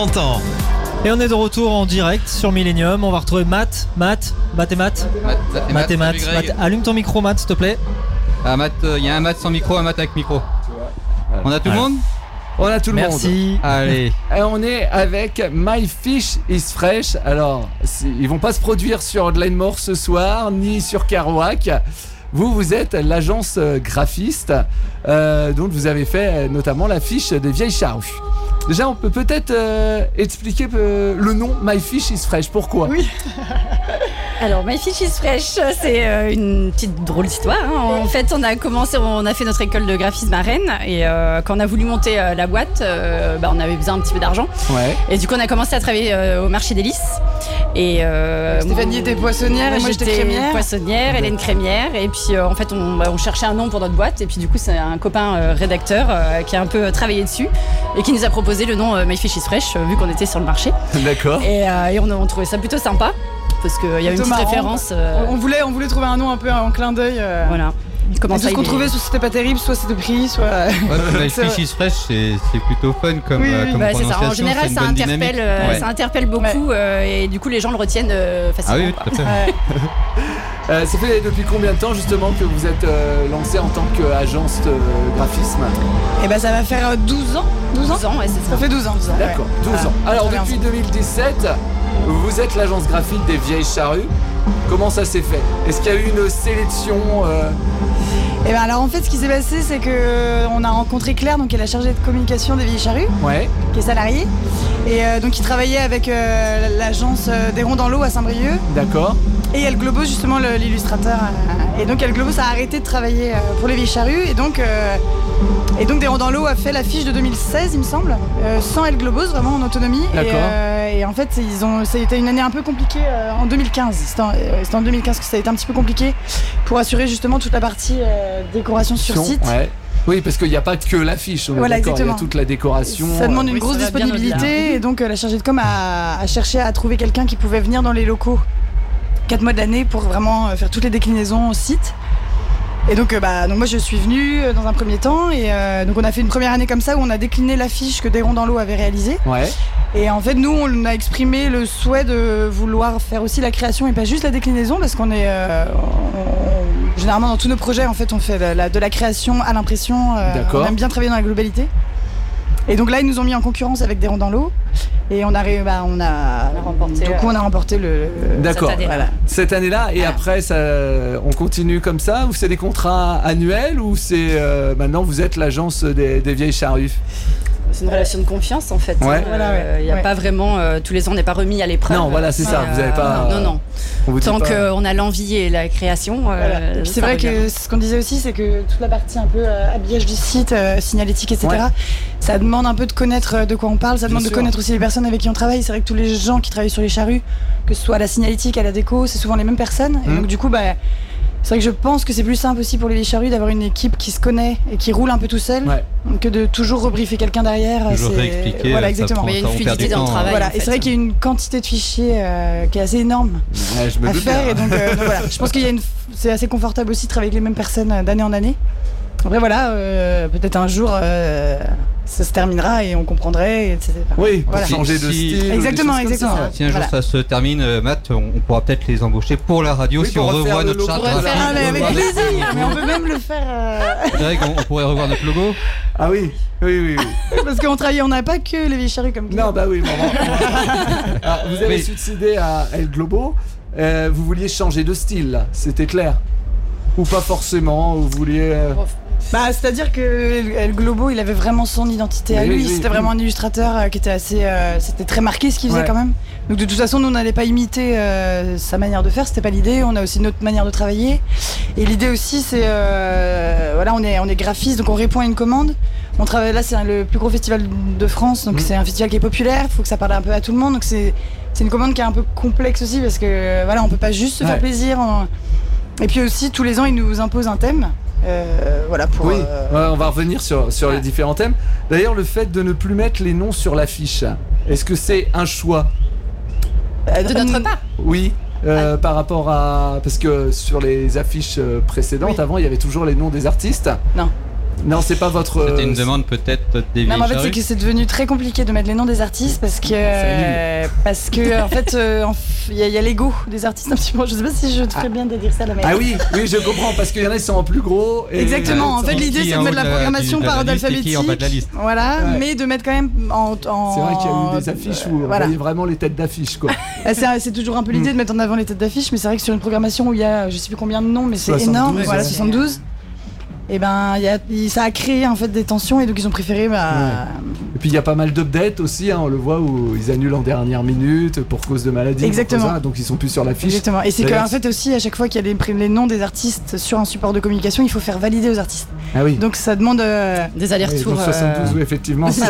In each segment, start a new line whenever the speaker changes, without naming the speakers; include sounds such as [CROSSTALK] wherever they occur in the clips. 30 ans.
Et on est de retour en direct sur Millennium. On va retrouver Matt, Matt, Matt et Matt.
Matt, Matt,
Matt et Matt.
salut Greg.
Matt, allume ton micro, Matt, s'il te plaît.
Ah, Matt, il y a un Matt sans micro, un Matt avec micro. On a tout le
Voilà.
monde
On a tout le monde.
Merci.
Allez.
Et on est avec My Fish is Fresh. Alors, c'est- ils vont pas se produire sur Glenmore ce soir, ni sur Kerouac. Vous, vous êtes l'agence euh, graphiste, euh, dont vous avez fait euh, notamment l'affiche des vieilles charrues. Déjà, on peut peut-être euh, expliquer euh, le nom My Fish is Fresh. Pourquoi
Alors, My Fish is Fresh, c'est euh, une petite drôle d'histoire. hein. En fait, on a commencé, on a fait notre école de graphisme à Rennes et euh, quand on a voulu monter euh, la boîte, euh, bah, on avait besoin un petit peu d'argent.
Ouais.
Et du coup, on a commencé à travailler euh, au marché des lices. Et euh,
Stéphanie était poissonnière et moi j'étais crémière.
poissonnière, Hélène crémière. Et puis euh, en fait, on, bah, on cherchait un nom pour notre boîte. Et puis du coup, c'est un copain euh, rédacteur euh, qui a un peu euh, travaillé dessus et qui nous a proposé le nom euh, My Fish is Fresh, euh, vu qu'on était sur le marché.
D'accord.
Et, euh, et on, a- on trouvait ça plutôt sympa parce qu'il y avait une
Plutôt
petite
marrant.
référence. euh,
On voulait, on voulait trouver un nom un peu en clin d'œil. euh,
Voilà.
et
Comment
tout
ça
ce qu'on
il est-
trouvait, soit c'était pas terrible, soit c'était pris, soit. euh,
Ouais, puis My
C'est
Fish
vrai.
is bah, Fresh, c'est c'est plutôt fun comme,
Oui,
euh,
oui.
comme
Bah, c'est ça.
prononciation.
En général,
c'est une
ça
bonne
interpelle,
dynamique.
euh,
Ouais.
ça interpelle beaucoup euh, et du coup, les gens le retiennent euh,
Ah
facilement.
oui,
quoi.
tout à fait.
[LAUGHS] Ouais.
Euh, ça fait depuis combien de temps justement que vous êtes euh, lancé en tant qu'agence de graphisme
Et bah ça va faire euh, 12 ans. 12 ans
12 ans, ouais, c'est ça.
Ça fait 12 ans, 12 ans. ouais.
D'accord, 12
Ah,
ans. Alors
15
depuis 2017, vous êtes l'agence graphique des vieilles charrues. Comment ça s'est fait Est-ce qu'il y a eu une sélection euh,
Et ben alors en fait, ce qui s'est passé, c'est que euh, on a rencontré Claire, donc elle est la chargée de communication des Vieilles Charrues,
Ouais,
qui est salariée. Et euh, donc qui travaillait avec euh, l'agence euh, des Ronds dans l'eau à Saint-Brieuc.
d'accord.
Et El Globo, justement, le- l'illustrateur. euh, et donc El Globo, ça a arrêté de travailler euh, pour les Vieilles Charrues. Et donc, euh, et donc Des Ronds dans l'eau a fait l'affiche de 2016, il me semble, euh, sans El Globo, vraiment en autonomie. Et,
D'accord.
euh, et en fait, ils ont, ça a été une année un peu compliquée euh, en 2015. C'était en, euh, c'était en 2015 que ça a été un petit peu compliqué pour assurer justement toute la partie euh, décoration sur site.
Ouais. Oui, parce qu'il n'y a pas que l'affiche, on est
Voilà,
d'accord, il y a
exactement.
toute la décoration. euh,
Ça demande une
euh, oui,
grosse
ça va bien
disponibilité et donc euh, la chargée de com a, a cherché à trouver quelqu'un qui pouvait venir dans les locaux 4 mois de l'année pour vraiment euh, faire toutes les déclinaisons au site. Et donc, euh, bah, donc moi je suis venue euh, dans un premier temps et euh, donc on a fait une première année comme ça où on a décliné l'affiche que Déron dans l'eau avait réalisée.
euh, Ouais,
Et en fait nous on a exprimé le souhait de vouloir faire aussi la création et pas juste la déclinaison parce qu'on est euh, on- on- généralement dans tous nos projets en fait on fait de la, de la création à l'impression. euh,
D'accord.
on aime bien travailler dans la globalité. Et donc là, ils nous ont mis en concurrence avec des ronds dans l'eau. Et on a, ré- bah, on a,
On a remporté,
donc
euh,
on a remporté le.
d'accord.
année-là.
Voilà. Cette année-là, et après, ça, on continue comme ça Ou c'est des contrats annuels Ou c'est euh, maintenant vous êtes l'agence des, des vieilles charrues
C'est une relation de confiance en fait.
Ouais.
Euh,
Voilà, ouais.
Il n'y a
Ouais.
pas vraiment. euh, tous les ans, on n'est pas remis à l'épreuve. Euh,
Non, voilà, c'est ça, vous avez pas-
Non, non.
On vous dit
Tant
pas-
qu'on a l'envie et la création. euh,
Voilà. Et puis c'est
ça
vrai
revient.
que ce qu'on disait aussi, c'est que toute la partie un peu euh, habillage du site, euh, signalétique, etc.,
Ouais.
ça demande un peu de connaître euh, de quoi on parle, ça
Bien
demande de
sûr.
connaître aussi les personnes avec qui on travaille. C'est vrai que tous les gens qui travaillent sur les charrues, que ce soit à la signalétique, à la déco, c'est souvent les mêmes personnes. Et
Mhm.
donc du coup, bah, c'est vrai que je pense que c'est plus simple aussi pour les charrues d'avoir une équipe qui se connaît et qui roule un peu tout seul
Ouais.
que de toujours rebriefer quelqu'un derrière.
Toujours
c'est-
réexpliquer. euh,
Voilà,
ça
exactement.
prend-
Mais il y a une
ça, on perd du
fluidité dans le
temps,
travail.
Voilà,
en
et c'est
fait.
vrai qu'il y a une quantité de fichiers euh, qui est assez énorme
Ouais, je me
à
doute
faire.
bien.
Et donc, euh, donc voilà, je pense qu'il y a une, c'est assez confortable aussi de travailler avec les mêmes personnes euh, d'année en année. Après voilà, euh, peut-être un jour euh, ça se terminera et on comprendrait. etc.
Oui, pour
Voilà.
changer de
Si-
style. ou des
Exactement,
choses comme
exactement.
ça, ouais.
Si un jour
Voilà.
hein. ça se termine, euh, Matt, on, on pourra peut-être les embaucher pour la radio
Oui,
si
pour
on
refaire
revoit
le
notre
logo,
charte.
voilà.
graphique.
Ah, mais avec
Voilà.
plaisir, mais on peut même le faire euh, [LAUGHS]
Greg, on, on pourrait revoir notre logo.
Ah oui, oui, oui. oui.
parce qu'on travaille, on n'a pas que les vieilles charrues comme
Non, bah oui, maman.
[LAUGHS]
Alors, vous avez
Oui.
succédé à El Globo. Euh, vous vouliez changer de style, là, c'était clair. Ou pas forcément, ou vous vouliez. euh,
Bah, c'est-à-dire que El- El Globo, il avait vraiment son identité à
Oui,
lui.
oui, oui.
c'était vraiment un illustrateur euh, qui était assez, euh, c'était très marqué ce qu'il faisait
Ouais.
quand même. Donc de toute façon, nous on n'allait pas imiter euh, sa manière de faire, c'était pas l'idée. On a aussi notre manière de travailler. Et l'idée aussi, c'est, euh, voilà, on est, on est graphiste, donc on répond à une commande. On travaille là, c'est un- le plus gros festival de France, donc
Mhm.
c'est un festival qui est populaire. Il faut que ça parle un peu à tout le monde, donc c'est, c'est une commande qui est un peu complexe aussi parce que euh, voilà, on peut pas juste se
Ouais.
faire plaisir. on- Et puis aussi, tous les ans, ils nous imposent un thème. Euh, voilà pour
Oui,
euh,
Ouais, on va revenir sur, sur les
voilà.
différents thèmes. D'ailleurs, le fait de ne plus mettre les noms sur l'affiche, est-ce que c'est un choix
De notre part.
Oui. euh, Par rapport à. Parce que sur les affiches euh, précédentes,
Oui.
avant, il y avait toujours les noms des artistes.
Non.
Non, c'est pas votre.
C'était une
euh,
demande peut-être des
Non, mais en
vieilles
fait, c'est
charrues.
que c'est devenu très compliqué de mettre les noms des artistes parce que. euh,
C'est [LAUGHS]
parce que, en fait, euh, en f- il y a, il y a l'ego des artistes un petit peu. Je sais pas si je te ferais bien de dire ça, la merde.
Ah oui, oui, je comprends parce qu'il y en a qui sont en plus gros. et- euh,
Exactement, en
Euh,
fait
Qui
l'idée
est
c'est
en
de
haut
mettre la
de la-
programmation
du- de la
par ordre
liste et qui est
alphabétique.
en bas de la liste.
Voilà,
Ouais.
mais de mettre quand même en. en- euh,
C'est vrai qu'il y a eu des affiches où on
Oh, Voilà.
voyait vraiment les têtes d'affiches quoi.
Ah, C'est c'est toujours un peu
Mm.
l'idée de mettre en avant les têtes d'affiche, mais c'est vrai que sur une programmation où il y a je sais plus combien de noms, mais c'est
72,
énorme, voilà
ouais.
72. Et ben, il y a- il- ça a créé en fait des tensions et donc ils ont préféré. Bah,
Et puis il y a pas mal d'updates aussi, hein, on le voit où ils annulent en dernière minute pour cause de maladie. pour
Exactement.
cause d'un, donc ils sont plus sur l'affiche.
Exactement. Et c'est
D'ailleurs,
qu'en fait aussi à chaque fois qu'il y a les, pré- les noms des artistes sur un support de communication, il faut faire valider aux artistes.
Ah oui.
Donc ça demande. euh,
Oui,
Des
donc
allers-retours. euh,
72, oui, effectivement. c'est, euh,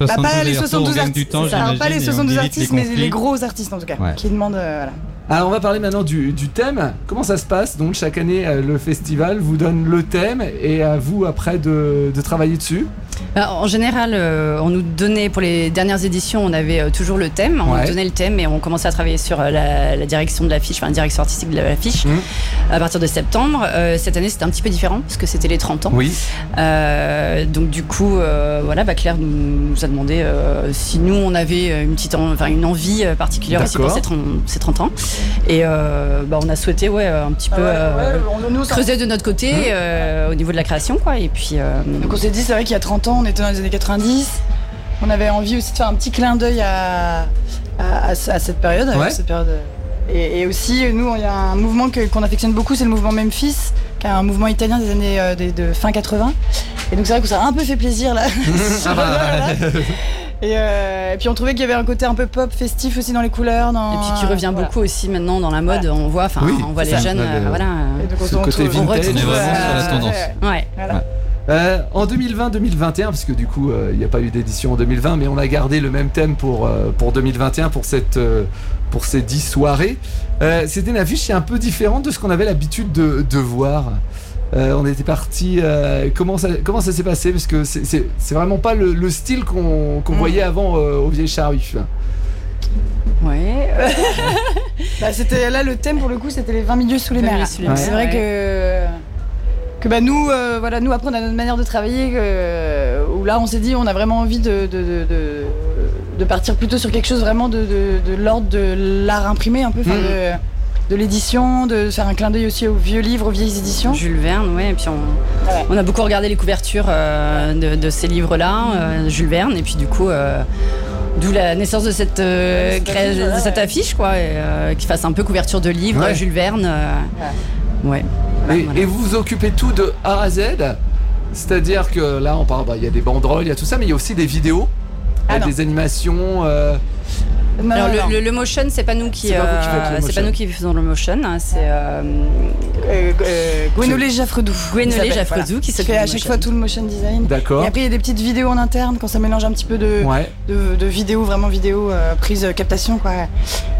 bah, pas
72
les
allers-retours, on
72
gagne
artistes,
du temps,
c'est ça. Alors, pas
j'imagine,
les
et on
72
évite
artistes, mais les
conflits. [LAUGHS]
gros [LAUGHS] artistes en tout cas,
Ouais.
qui demandent. euh, voilà.
Alors on va parler maintenant du, du thème. Comment ça se passe Donc chaque année euh, le festival vous donne le thème et à vous après de, de travailler dessus.
Bah, en général, euh, on nous donnait, pour les dernières éditions, on avait euh, toujours le thème. On
Ouais.
nous donnait le thème et on commençait à travailler sur euh, la, la direction de l'affiche, enfin la direction artistique de l'affiche,
Mhm.
à partir de septembre. Euh, cette année, c'était un petit peu différent, parce que c'était les 30 ans.
Oui.
Euh, donc du coup, euh, voilà, bah, Claire nous, nous a demandé euh, si nous on avait euh, une petite, en- enfin une envie euh, particulière aussi pour
D'accord.
ces 30, ces 30 ans. Et euh, bah, on a souhaité, ouais, euh, un petit peu euh, creuser de notre côté
Mmh.
euh, au niveau de la création, quoi. Et puis, euh,
Donc on s'est dit, c'est vrai qu'il y a 30 ans, on était dans les années 90. On avait envie aussi de faire un petit clin d'œil à, à, à ce- à cette période. à
Ouais.
cette période. euh, Et, et aussi, nous, il y a un mouvement que- qu'on affectionne beaucoup, c'est le mouvement Memphis, qui est un mouvement italien des années euh, des- de fin 80. Et donc c'est vrai qu'on s'est un peu fait plaisir là.
Ah, bah,
Sur- voilà. et, euh, et puis on trouvait qu'il y avait un côté un peu pop, festif aussi dans les couleurs. Dans,
et puis qui revient
Euh, voilà.
beaucoup aussi maintenant dans la mode. On voit, enfin,
Oui,
on voit
c'est
les
ça.
jeunes,
Ouais,
euh,
le-
voilà.
Et donc, on
Ce
on
côté
retrouve-
vintage.
On est
vraiment sur la
euh,
tendance.
ouais,
Ouais.
voilà.
Ouais.
Euh, en 2020-2021, parce que du coup, euh, il n'y a pas eu d'édition en 2020, mais on a gardé le même thème pour, euh, pour 2021, pour, cette, euh, pour ces 10 soirées. Euh, C'était une affiche qui est un peu différente de ce qu'on avait l'habitude de, de voir. Euh, on était parti. euh, comment ça, comment ça s'est passé Parce que c'est- c'est c'est vraiment pas le, le style qu'on qu'on
Mm.
voyait avant euh, au Vieil Charrue.
Ouais. euh,
Bah, c'était là le thème pour le coup, c'était les 20 milieux sous les
Vingt milieux
mers.
sous les
Donc, C'est
mers,
vrai
ouais.
que que bah nous euh, voilà nous après on a notre manière de travailler que- euh, où là on s'est dit on a vraiment envie de de, de- de- de partir plutôt sur quelque chose vraiment de de- de l'ordre de l'art imprimé un peu, enfin,
Mhm.
Mmh.
de, de l'édition, de faire un clin d'œil aussi aux vieux livres, aux vieilles éditions.
Jules Verne, ouais. Et puis on,
Ouais.
on a beaucoup regardé les couvertures euh, de, de ces livres-là, euh, Jules Verne, et puis du coup, euh, d'où la naissance de cette, euh,
Cette
cré-
affiche, voilà,
de cette
ouais.
affiche, quoi, et, euh, qui fasse un peu couverture de livre,
Ouais.
Jules Verne. euh, ouais.
Et,
Voilà.
et vous vous occupez tout de A à Z C'est-à-dire que là, on parle, bah, il y a des banderoles, il y a tout ça, mais il y a aussi des vidéos, il
Ah
y a
non.
des animations. euh,
Non,
Alors
non, non.
le, le- le motion, c'est pas nous qui,
C'est pas vous qui faites le
euh, c'est pas
motion.
nous qui faisons le motion, hein, c'est euh,
Euh, euh, Gwenolé Jaffredou.
Gwenolé
il s'appelle,
Jaffredou
voilà.
qui s'occupe
fait à
du
chaque
motion.
fois tout le motion design.
D'accord.
Et après il y a des petites vidéos en interne quand ça mélange un petit peu de
Ouais.
de, de vidéos, vraiment vidéos, euh, prise euh, captation quoi.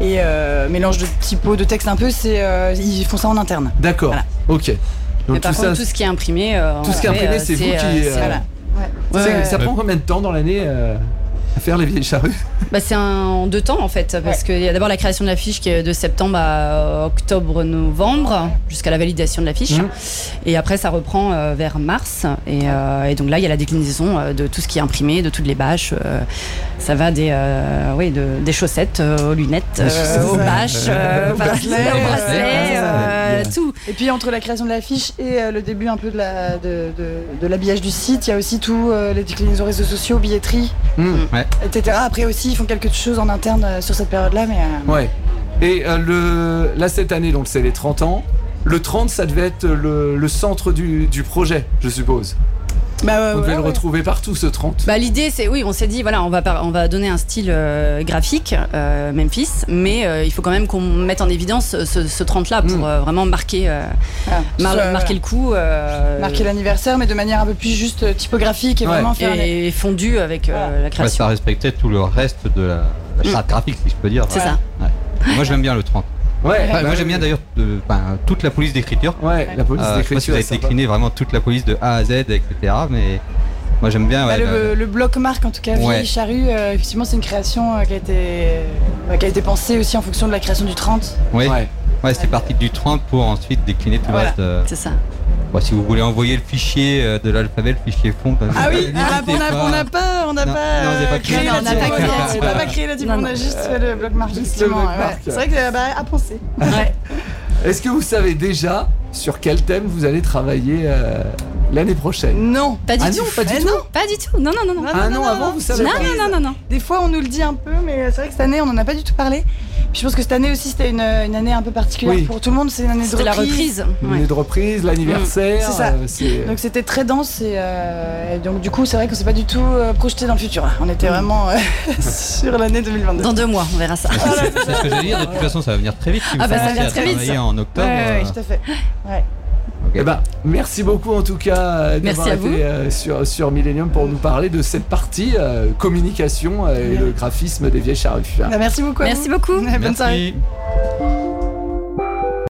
Et euh, mélange de typos, de texte un peu, c'est euh, ils font ça en interne.
D'accord.
Voilà.
Ok.
mais
Donc tout
par contre,
ça,
tout ce qui est imprimé, euh,
Tout ce
on
qui est
fait,
imprimé,
euh,
c'est vous qui, euh,
c'est-
Voilà. Ouais.
Ouais,
ça-
ouais,
ça
ouais.
prend combien de temps dans l'année euh, à faire les vieilles charrues
Bah, c'est un- en deux temps en fait, parce qu'il y a d'abord la création de l'affiche qui est de septembre à octobre-novembre, jusqu'à la validation de l'affiche,
Mhm.
et après ça reprend euh, vers mars, et, euh, et donc là il y a la déclinaison euh, de tout ce qui est imprimé, de toutes les bâches, euh, ça va des, euh, oui, de- des chaussettes euh, aux lunettes, euh,
chaussettes.
aux bâches, euh,
Aux
bracelets,
bracelets,
aux bracelets,
ouais,
euh,
ouais.
tout.
Et puis entre la création de l'affiche et euh, le début un peu de la- de- de- de l'habillage du site, il y a aussi tout euh, les déclinaisons réseaux sociaux, billetterie,
Hmm,
etc. Après aussi ils font quelque chose en interne euh, sur cette période-là, mais euh,
Ouais. Et euh, le, là, cette année, donc c'est les 30 ans. Le 30, ça devait être le, le centre du, du projet, je suppose.
bah, ouais,
On devait
ouais,
le
ouais.
retrouver partout, ce 30.
Bah, L'idée, c'est oui, on s'est dit, voilà, on va, par- on va donner un style euh, graphique, euh, Memphis, mais euh, il faut quand même qu'on mette en évidence ce, ce 30-là pour
Mm.
euh, vraiment marquer, euh,
Voilà.
mar-
Sur, euh,
marquer le coup. euh,
marquer l'anniversaire, mais de manière un peu plus juste euh, typographique et
Ouais.
vraiment faire. les-
et, et fondu avec euh,
Voilà.
la
Ouais,
création.
ça respectait tout le reste de la, la charte graphique, si je peux dire.
C'est ça.
Ouais. Moi, j'aime bien le 30.
Ouais.
Enfin,
bah,
moi, j'aime bien d'ailleurs euh, ben, toute la police d'écriture.
Ouais, la police
Euh, je sais pas si
d'écriture.
vous
est
avez
sympa.
décliné vraiment toute la police de A à Z, etc. Mais moi, j'aime bien.
Bah,
Ah ouais,
le,
le-
le bloc marque en tout cas
Ouais.
Vieille Charrue, euh, effectivement c'est une création euh, qui, a été, bah, qui a été pensée aussi en fonction de la création du 30.
ouais.
Ouais.
Ouais, c'était parti du 30 pour ensuite décliner tout le
Voilà.
reste. euh,
C'est ça.
pour Bon, si vous voulez envoyer le fichier euh, de l'alphabet, le fichier fond. euh,
Ah oui,
n'hésitez
ah, on n'a on n'a pas, on n'a
Non,
pas,
non, vous avez
euh,
pas
créé
créé
la
la
typo,
typo.
non,
Non,
on n'a pas créé la typo,
non,
on
non.
a juste fait le bloc marque
Juste le
justement.
bloc
ouais.
marque. Ah
C'est vrai que euh, bah, à penser.
Ouais.
Est-ce que vous savez déjà sur quel thème vous allez travailler euh, l'année prochaine
Bah, Non.
Pas du
Ah
tout.
non, pas du
Mais
tout.
non, Pas du tout. Non, non, non, non.
Ah
Un
Non,
an avant, vous savez
Non,
pas.
non, non, non, non.
Des fois, on nous le dit un peu, mais euh, c'est vrai que cette année, on n'en a pas du tout parlé. Puis je pense que cette année aussi, c'était une, une année un peu particulière
Oui.
pour tout le monde. C'est une année de
C'était la reprise.
Une
ouais.
année de reprise, l'anniversaire.
Mmh, c'est ça.
euh, c'est-
Donc c'était très dense et, euh, et donc du coup, c'est vrai qu'on s'est pas du tout euh, projeté dans le futur. là. On était vraiment euh, [LAUGHS] sur l'année 2022.
Dans deux mois, on verra ça.
pas. C'est c'est ce que j'allais dire. De toute façon, ça va venir très vite. Si vous
Ah bah, ça
commencez
vient
à
très vite,
travailler
ça.
en octobre.
Ouais, ouais,
euh,
ouais,
Tout à fait. Ouais.
Eh ben, merci beaucoup en tout cas euh, d'avoir
Merci à
été
vous.
euh, sur, sur Millennium pour nous parler de cette partie euh, communication euh, et le graphisme des vieilles charrues.
Bah, merci beaucoup. à
Merci
vous.
beaucoup.
[LAUGHS] Bonne soirée.
merci.